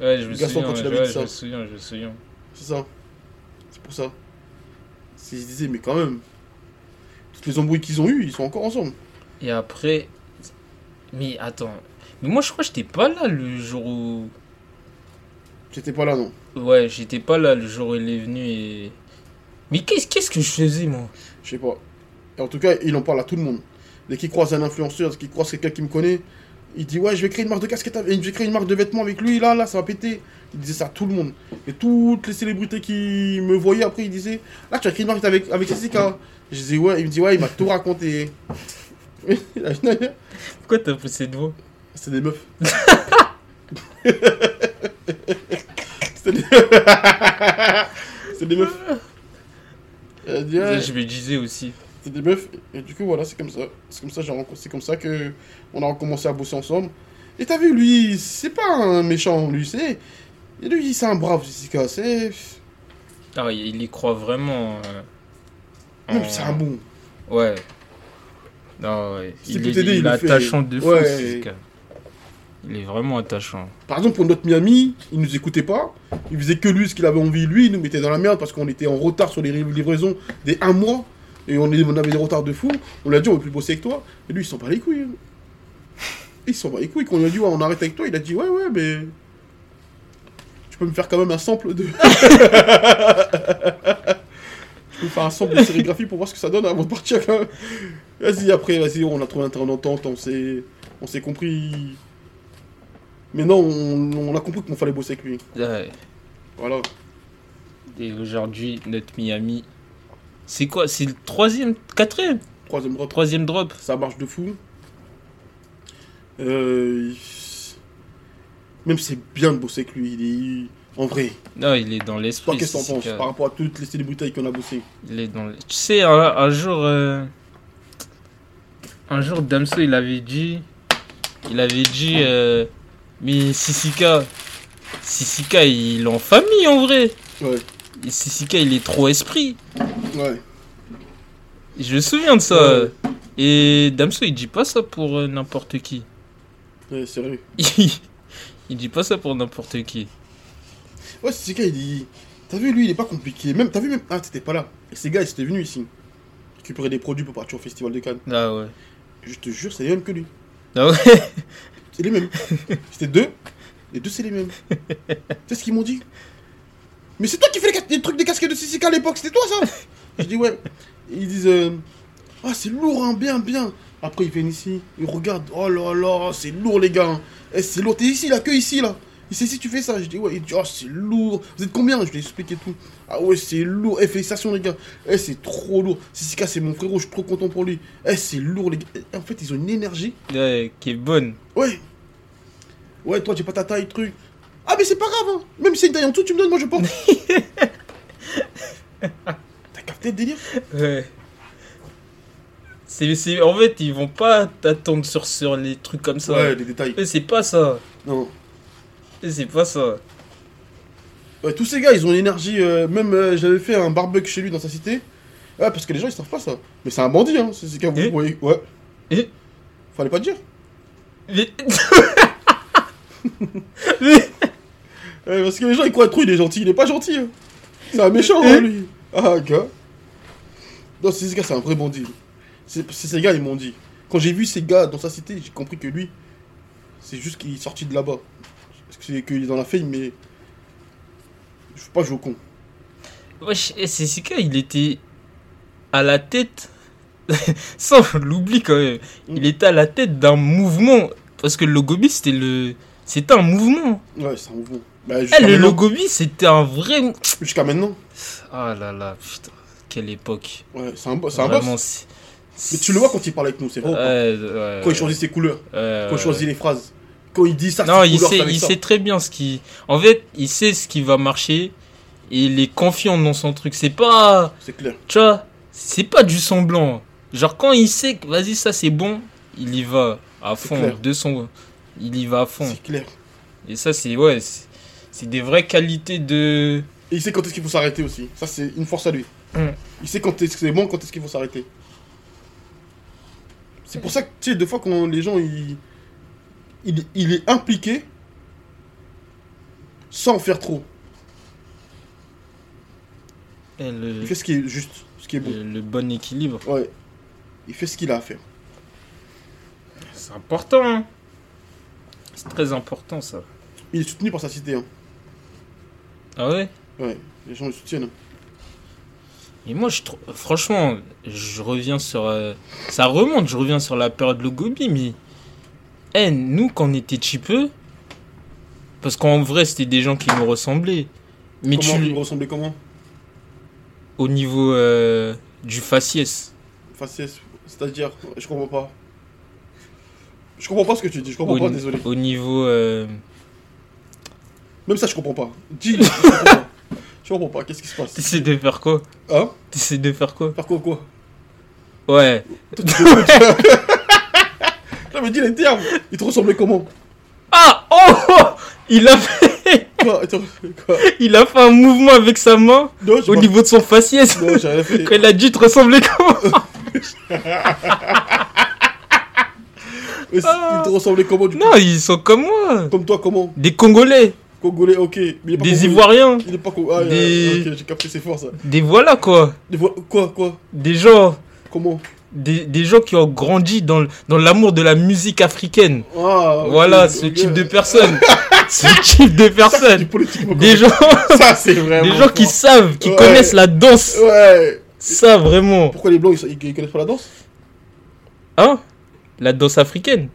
Ouais, je me Gaston, souviens. quand ouais, il avait ouais, dit je ça. me souviens, je me souviens. C'est ça. C'est pour ça. Si je disais, mais quand même, toutes les embrouilles qu'ils ont eues, ils sont encore ensemble. Et après. Mais attends. Mais moi, je crois que j'étais pas là le jour où. J'étais pas là, non. Ouais, j'étais pas là le jour où il est venu et. Mais qu'est-ce qu'est-ce que je faisais, moi Je sais pas. Et en tout cas, il en parle à tout le monde. Dès qu'il croise un influenceur, dès qu'il croise quelqu'un qui me connaît, il dit Ouais, je vais créer une marque de casquette, avec- je vais créer une marque de vêtements avec lui, là, là, ça va péter. Il disait ça à tout le monde. Et toutes les célébrités qui me voyaient après, ils disaient Là, tu as créé une marque avec, avec Jessica. Je disais Ouais, il me dit Ouais, il m'a tout raconté. Pourquoi t'as pris cette voix C'est des meufs. C'est des... c'est des meufs. Elle a dit, ouais, Je me disais aussi. c'est des meufs. Et du coup, voilà, c'est comme ça. C'est comme ça, j'ai rencontré- c'est comme ça que on a recommencé à bosser ensemble. Et t'as vu, lui, c'est pas un méchant, lui, c'est. Et lui, c'est un brave, Jessica. C'est. Ah, il y croit vraiment. euh, en- Non, mais c'est un bon. Ouais. Non, ouais. C'est Il pour est, t'aider, il il est le fait. attachant de fou, Ouais. ce gars. Il est vraiment attachant. Par exemple, pour notre Miami, il nous écoutait pas. Il faisait que lui ce qu'il avait envie. Lui, il nous mettait dans la merde parce qu'on était en retard sur les ri- livraisons des un mois. Et on, est- on avait des retards de fou. On lui a dit, on veut plus bosser avec toi. Et lui, il s'en bat les couilles. hein. Il s'en bat les couilles. Quand on lui a dit, ouais, on arrête avec toi, il a dit, ouais, ouais, mais. Tu peux me faire quand même un sample de. tu peux me faire un sample de sérigraphie pour voir ce que ça donne avant de partir quand même. Vas-y, après, vas-y, on a trouvé un terrain d'entente, on s'est. On s'est compris. Mais non, on, on a compris qu'on fallait bosser avec lui. Ouais. Voilà. Et aujourd'hui, notre Miami. C'est quoi C'est le troisième, quatrième, Troisième drop. troisième drop Ça marche de fou. Euh, il- Même c'est bien de bosser avec lui. Il est... En vrai. Non, il est dans Toi, l'esprit. qu'est-ce que t'en penses Sissika. par rapport à toutes les célébrités qu'on a bossé Il est dans le- Tu sais, un, un jour, euh, un jour, Damso, il avait dit, il avait dit, euh, mais Sissika, Sissika, il est en famille en vrai. Ouais. Et Sissika, il est trop esprit. Ouais. Je me souviens de ça. Ouais. Et Damso, il dit pas ça pour euh, n'importe qui. Ouais, c'est vrai. il dit pas ça pour n'importe qui. Ouais, c'est gars, il dit. T'as vu, lui, il est pas compliqué. Même, t'as vu, même. Ah, t'étais pas là. Et ces gars, ils étaient venus ici. Récupérer des produits pour partir au festival de Cannes. Ah ouais. Je te jure, c'est les mêmes que lui. Ah ouais. C'est les mêmes. C'était deux. Les deux, c'est les mêmes. tu sais ce qu'ils m'ont dit Mais c'est toi qui fais les, cas- les trucs des casquettes de Sissika à l'époque, c'était toi ça Je dis ouais. Et ils disent euh, Ah, c'est lourd, hein, bien, bien. Après, ils viennent ici, ils regardent Oh là là, c'est lourd, les gars. hein. Eh, c'est lourd, t'es ici, là, que ici, là. Et c'est si tu fais ça, je dis ouais, il dit oh c'est lourd, vous êtes combien Je lui ai expliqué tout. Ah ouais c'est lourd, eh félicitations les gars, eh c'est trop lourd. Sissika c'est mon frérot, je suis trop content pour lui. Eh c'est lourd les gars. Eh, En fait ils ont une énergie Ouais, qui est bonne. Ouais. Ouais, toi, j'ai pas ta taille, truc. Ah, mais c'est pas grave, hein. Même si c'est une taille en dessous, tu me donnes, moi je porte. T'as capté le délire Ouais. C'est, c'est- en fait, ils vont pas t'attendre sur, sur les trucs comme ça. Ouais, les détails. Mais c'est pas ça. Non. Mais c'est pas ça. Ouais, tous ces gars, ils ont une énergie. euh, même, euh, j'avais fait un barbecue chez lui dans sa cité. Ouais, parce que les gens, ils savent pas ça. Mais c'est un bandit, hein. C'est ces gars, vous Eh voyez. Ouais. Et. Fallait pas le dire. Mais. Mais- Ouais, parce que les gens, ils croient trop, il est gentil. Il est pas gentil, hein. C'est un méchant, hein, lui. Ah, gars. Non, ces gars, c'est un vrai bandit. C'est c'est ces gars, ils m'ont dit. Quand j'ai vu ces gars dans sa cité, j'ai compris que lui, c'est juste qu'il est sorti de là-bas. Parce que c'est qu'il est dans la fame, mais Je veux pas jouer au con. Wesh, eh, CCK, il était à la tête. Ça, on l'oublie quand même. Il était à la tête d'un mouvement. Parce que le Logobi, c'était le. C'était un mouvement. Ouais, c'est un mouvement. Bah, Eh, jusqu'à le maintenant- Logobi, c'était un vrai. Jusqu'à maintenant. Ah là là, putain, quelle époque. Ouais, c'est un, bo- c'est un Vraiment, boss. c'est. Mais tu le vois quand il parle avec nous, c'est vrai. ou pas Ouais, Quand il choisit ses couleurs, quand il choisit les phrases, quand il dit ça, Non, ses il couleurs, sait, c'est avec il ça. sait très bien ce qui. En fait, il sait ce qui va marcher. Et il est confiant dans son truc. C'est pas. C'est clair. Tu vois, c'est pas du semblant. Genre, quand il sait que vas-y, ça c'est bon, il y va à fond. clair. De son. Il y va à fond. C'est clair. Et ça, c'est. Ouais, c'est c'est des vraies qualités de. Et il sait quand est-ce qu'il faut s'arrêter aussi. Ça, c'est une force à lui. Mm. Il sait quand est-ce que c'est bon, quand est-ce qu'il faut s'arrêter. C'est pour ça que, tu sais, des fois, quand les gens, ils- il, il est impliqué sans en faire trop. Eh, Le, Il fait ce qui est juste, ce qui est bon. le- le bon équilibre. Ouais. Il fait ce qu'il a à faire. C'est important. hein. C'est très important, ça. Il est soutenu par sa cité. hein. Ah ouais? Ouais, les gens le soutiennent. Et moi, je trou- franchement, je reviens sur. euh, Ça remonte, je reviens sur la période Logobi, mais. Eh, nous, quand on était chipeux, parce qu'en vrai, c'était des gens qui nous ressemblaient. Mais comment tu. il ressemblait comment Au niveau euh, du faciès, Faciès, c'est-à-dire, je comprends pas. Je comprends pas ce que tu dis, je comprends au, pas, désolé. au niveau. euh, Même ça, je comprends pas. Dis, je comprends pas. Je comprends pas, qu'est-ce qui se passe T'essaies de faire quoi Hein T'essaies de faire quoi Par quoi quoi Ouais. J'avais dit les termes Il te ressemblait comment Ah Oh il a, fait, Quoi, Il te- quoi il a fait un mouvement avec sa main Non, j'ai au pas- niveau de son faciès. Non, j'ai rien fait. Quand il a dit, te ressemblais comment Mais c'est- Il te ressemblait comment du coup Non, ils sont comme moi. Comme toi, comment Des Congolais, Congolais, ok. Mais il est pas des congolais. Ivoiriens, Il est pas congolais. Des- ok, j'ai capté ses forces. des voilà quoi. Des voix- Quoi, quoi Des gens, Comment des, des gens qui ont grandi dans, l- dans l'amour de la musique africaine. Ah, ok, Voilà ce ok. type de personnes. ce type de Ça, c'est du personnes. politiquement Des gens, correct. Ça, c'est vraiment. des gens qui fort. savent, qui Ouais. connaissent la danse. Ouais Ça vraiment. Pourquoi les blancs, ils, sont- ils- ils connaissent pas la danse Hein La danse africaine.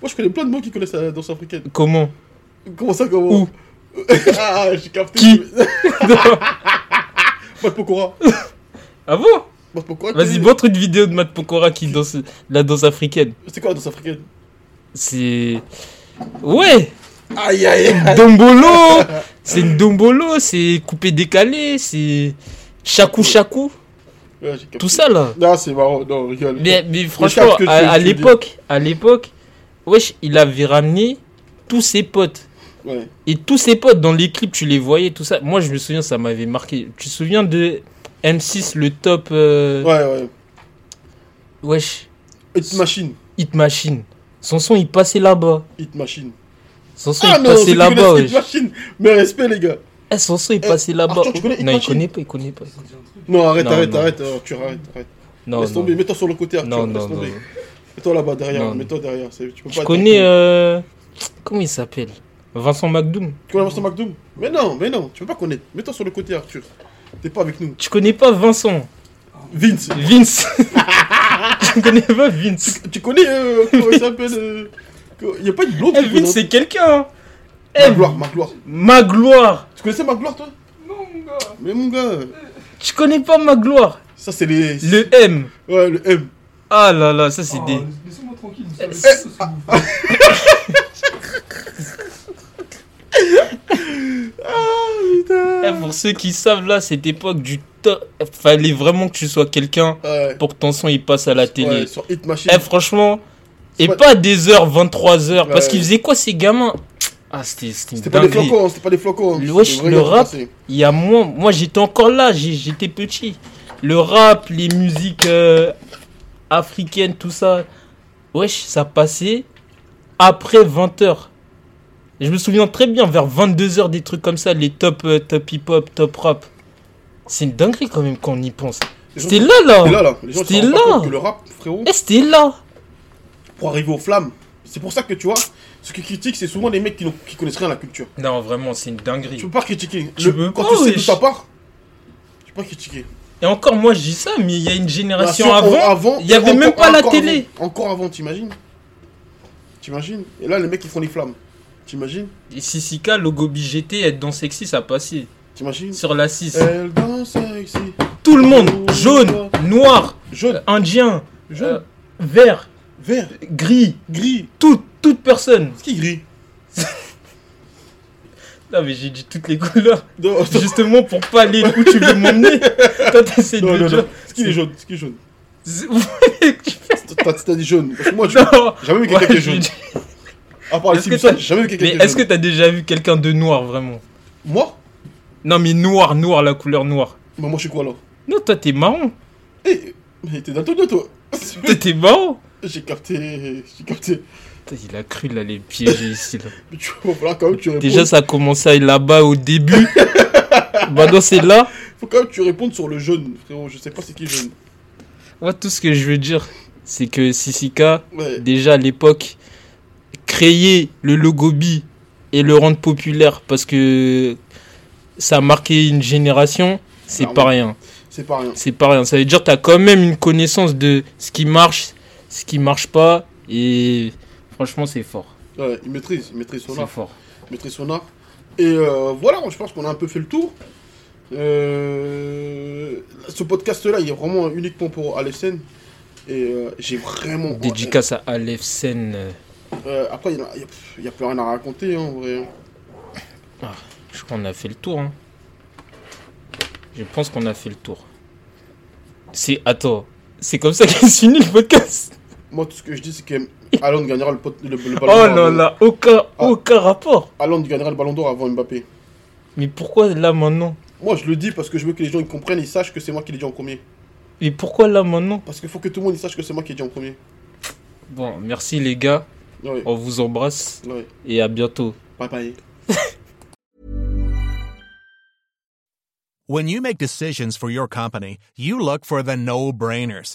Moi, je connais plein de blancs qui connaissent la danse africaine. Comment Comment ça, comment Où Ah, j'ai capté. Qui Mat Pokora. Ah bon Mat Pokora. t'es- Vas-y, montre une vidéo de Matt Pokora qui danse la danse africaine. C'est quoi la danse africaine C'est. Ouais Aïe, aïe, aïe. Dombolo C'est une dombolo, c'est coupé décalé, c'est chakou chakou, Ouais, j'ai capté. tout ça là. Non, c'est marrant, non, rigole. Mais, mais franchement, capte ce que à, tu- à tu dis. l'époque, à l'époque, wesh, il avait ramené tous ses potes. Ouais. Et tous ses potes dans les clips, tu les voyais, tout ça. Moi, je me souviens, ça m'avait marqué. Tu te souviens de M6, le top, euh, Ouais, ouais. wesh, Hit Machine. Hit Machine. Son son, il passait là-bas. Hit Machine. Ah, Son son, il passait c'est là-bas, wesh. Hit Machine. Mais respect, les gars. Eh, son son, il passait là-bas. Arthur, tu connais Hit Non, il Machine connaît pas, il connaît pas. Non, arrête, Non, arrête, non. arrête. euh, tu arrêtes, arrête. Non, laisse non. tomber, mets-toi sur le côté, Arthur. Non, laisse non, tomber. non. Mets-toi là-bas, derrière. Non. Mets-toi derrière. c'est- Tu peux Tu pas connais. attaquer. euh, Comment il s'appelle Vincent McDoom. Tu connais Vincent McDoom Mais non, mais non, tu peux pas connaître. Mets-toi sur le côté, Arthur. T'es pas avec nous. Tu connais pas Vincent Vince. Vince Tu connais pas Vince Tu connais euh, comment il s'appelle euh, que- Y a pas une blonde Eh, qui Vince, c'est quelqu'un hein. Eh, Magloire, Magloire. Magloire Tu connaissais Magloire toi Non mon gars. Mais mon gars, Tu connais pas Magloire ça c'est les. Le M Ouais le M. Ah là là, ça c'est des. Laissez-moi tranquille, Euh, vous savez ce que vous faites. Ah. Ah, Eh, pour ceux qui savent là, cette époque du top. Fallait vraiment que tu sois quelqu'un Ouais. pour que ton son il passe à la télé. Ouais, sur Hit Machine. Eh franchement, C'est et pas- pas... des heures, 23 heures, parce Ouais. qu'ils faisaient quoi ces gamins Ah c'était c'était une C'était pas des dinguerie. flocons, hein, c'était pas des flocons. hein. Le- wesh, C'était des le vrais gars qui rap. passaient. Il y a moins, moi j'étais encore là, j'ai- j'étais petit. Le rap, les musiques euh, africaines, tout ça, wesh, ça passait après 20h. Je me souviens très bien, vers 22h, des trucs comme ça, les top, euh, top hip-hop, top rap. C'est une dinguerie quand même quand on y pense. Les gens- C'était là là C'était là là. Les gens se C'était rendent pas là. compte que le rap frérot Eh, C'était là pour arriver aux flammes. C'est pour ça que tu vois, Ceux qui critiquent, c'est souvent les mecs qui, n'ont- qui connaissent rien à la culture. Non, vraiment, c'est une Tu dinguerie. peux pas critiquer. Tu Oh, Le- peux quand pas, tu sais wesh. d'où ça part, tu peux pas critiquer. Et encore, moi, je dis ça, mais il y a une génération Nation, Ah, avant, en- il y avait Bah, encore- même pas la encore télé. avant. encore avant, t'imagines T'imagines Et là, les mecs, ils font les flammes. T'imagines Et Sissika, logo BGT, être dans sexy, ça passait. T'imagines Sur la 6. Elle danse ici. Tout le monde, jaune, noir, Jaune, indien, euh, jaune, vert, vert, gris, gris. toute, toute personne. Qu'est-ce qui est gris Non, mais j'ai dit toutes les couleurs. Non, attends. Justement pour pas aller où tu veux m'emmener. Toi, t'essaies de Non, le non, dire. non. Ce qui est jaune, ce qui est jaune. C'est- Vous voulez que je fasse- T'as t'as dit jaune. Parce que moi, je- Non. j'ai jamais vu Ouais, quelqu'un qui est j'ai jaune. dit- À part les Est-ce que Simpsons, t'as- j'ai jamais vu quelqu'un Mais qui est est-ce que jaune. t'as déjà vu quelqu'un de noir vraiment Moi Non, mais noir, noir, la couleur noire. Bah, moi, je suis quoi alors Non, toi, t'es marron. Eh, mais t'es daltonien, toi Toi, t'es marron. J'ai capté, j'ai capté. Putain, Il a cru là les piéger ici. Là. Mais tu vas falloir quand même que tu répondes. Déjà, ça a commencé là-bas au début. Maintenant, c'est là. Faut quand même que tu répondes sur le jaune, frérot. Je sais pas c'est qui jaune. Moi, tout ce que je veux dire, c'est que Sissika, Ouais. déjà à l'époque, créer le logo B et le rendre populaire parce que ça a marqué une génération, c'est Clairement. pas rien. C'est pas rien. C'est pas rien. Ça veut dire que t'as quand même une connaissance de ce qui marche, ce qui marche pas. Et franchement, c'est fort. Ouais, il maîtrise, il maîtrise son C'est art. fort. Il maîtrise son art. Et euh, voilà, je pense qu'on a un peu fait le tour. Euh, ce podcast-là, il est vraiment uniquement pour Alessène. Et euh, j'ai vraiment. Dédicace à Aleph Sen. euh, Euh, après, il y en a- il y a, pff, il y a plus rien à raconter, hein, en vrai. Je crois qu'on a fait le tour. hein. Je pense qu'on a fait le tour. C'est. Attends. C'est comme ça qu'il se finit le podcast. Moi, tout ce que je dis, c'est que Allende gagnera le, pot- le- le ballon Oh d'or. là avant- là, aucun, Ah. aucun rapport. Haaland gagnera le ballon d'or avant Mbappé. Mais pourquoi là maintenant Moi, je le dis parce que je veux que les gens ils comprennent, ils sachent que c'est moi qui l'ai dit en premier. Mais pourquoi là maintenant Parce qu'il faut que tout le monde il sache que c'est moi qui ai dit en premier. Bon, merci les gars. Ouais. On vous embrasse Ouais. et à bientôt. Bye bye. When you make decisions for your company, you look for the no brainers.